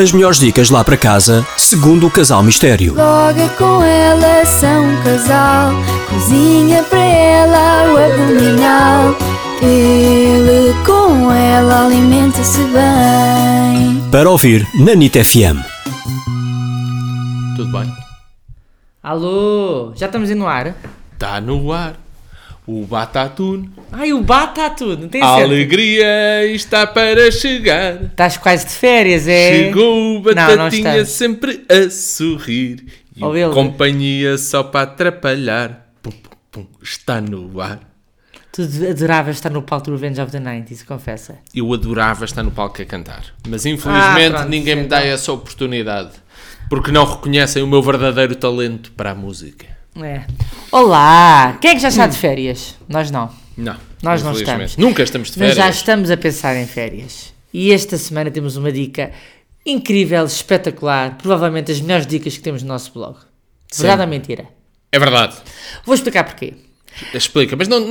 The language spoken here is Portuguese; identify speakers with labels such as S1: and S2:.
S1: As melhores dicas lá para casa, segundo o Casal Mistério.
S2: Logo é com ela são um casal, cozinha para ela o abdominal. Ele com ela alimenta-se bem.
S1: Para ouvir na NIT FM.
S3: Tudo bem?
S4: Alô, já estamos aí no ar?
S3: Está Tá no ar. O Batatune.
S4: Ai, o bata tudo, não tem
S3: A
S4: certo.
S3: alegria está para chegar.
S4: Estás quase de férias, é?
S3: Chegou o
S4: Não, não
S3: Batatinha
S4: estamos.
S3: sempre a sorrir. E
S4: Oh,
S3: o
S4: ele.
S3: companhia só para atrapalhar. Pum, pum, pum, está no ar.
S4: Tu adoravas estar no palco do Revenge of the 90s, confessa.
S3: Eu adorava estar no palco a cantar. Mas infelizmente
S4: Ah, pronto,
S3: ninguém me
S4: então.
S3: dá essa oportunidade. Porque não reconhecem o meu verdadeiro talento para a música.
S4: É. Olá, quem é que já está de férias? Nós não,
S3: Não.
S4: Nós não
S3: infelizmente.
S4: estamos.
S3: Nunca estamos de
S4: mas
S3: férias.
S4: já estamos a pensar em férias. E esta semana temos uma dica incrível, espetacular, provavelmente as melhores dicas que temos no nosso blog. Verdade ou mentira?
S3: É verdade.
S4: Vou explicar porquê.
S3: Explica, mas não, não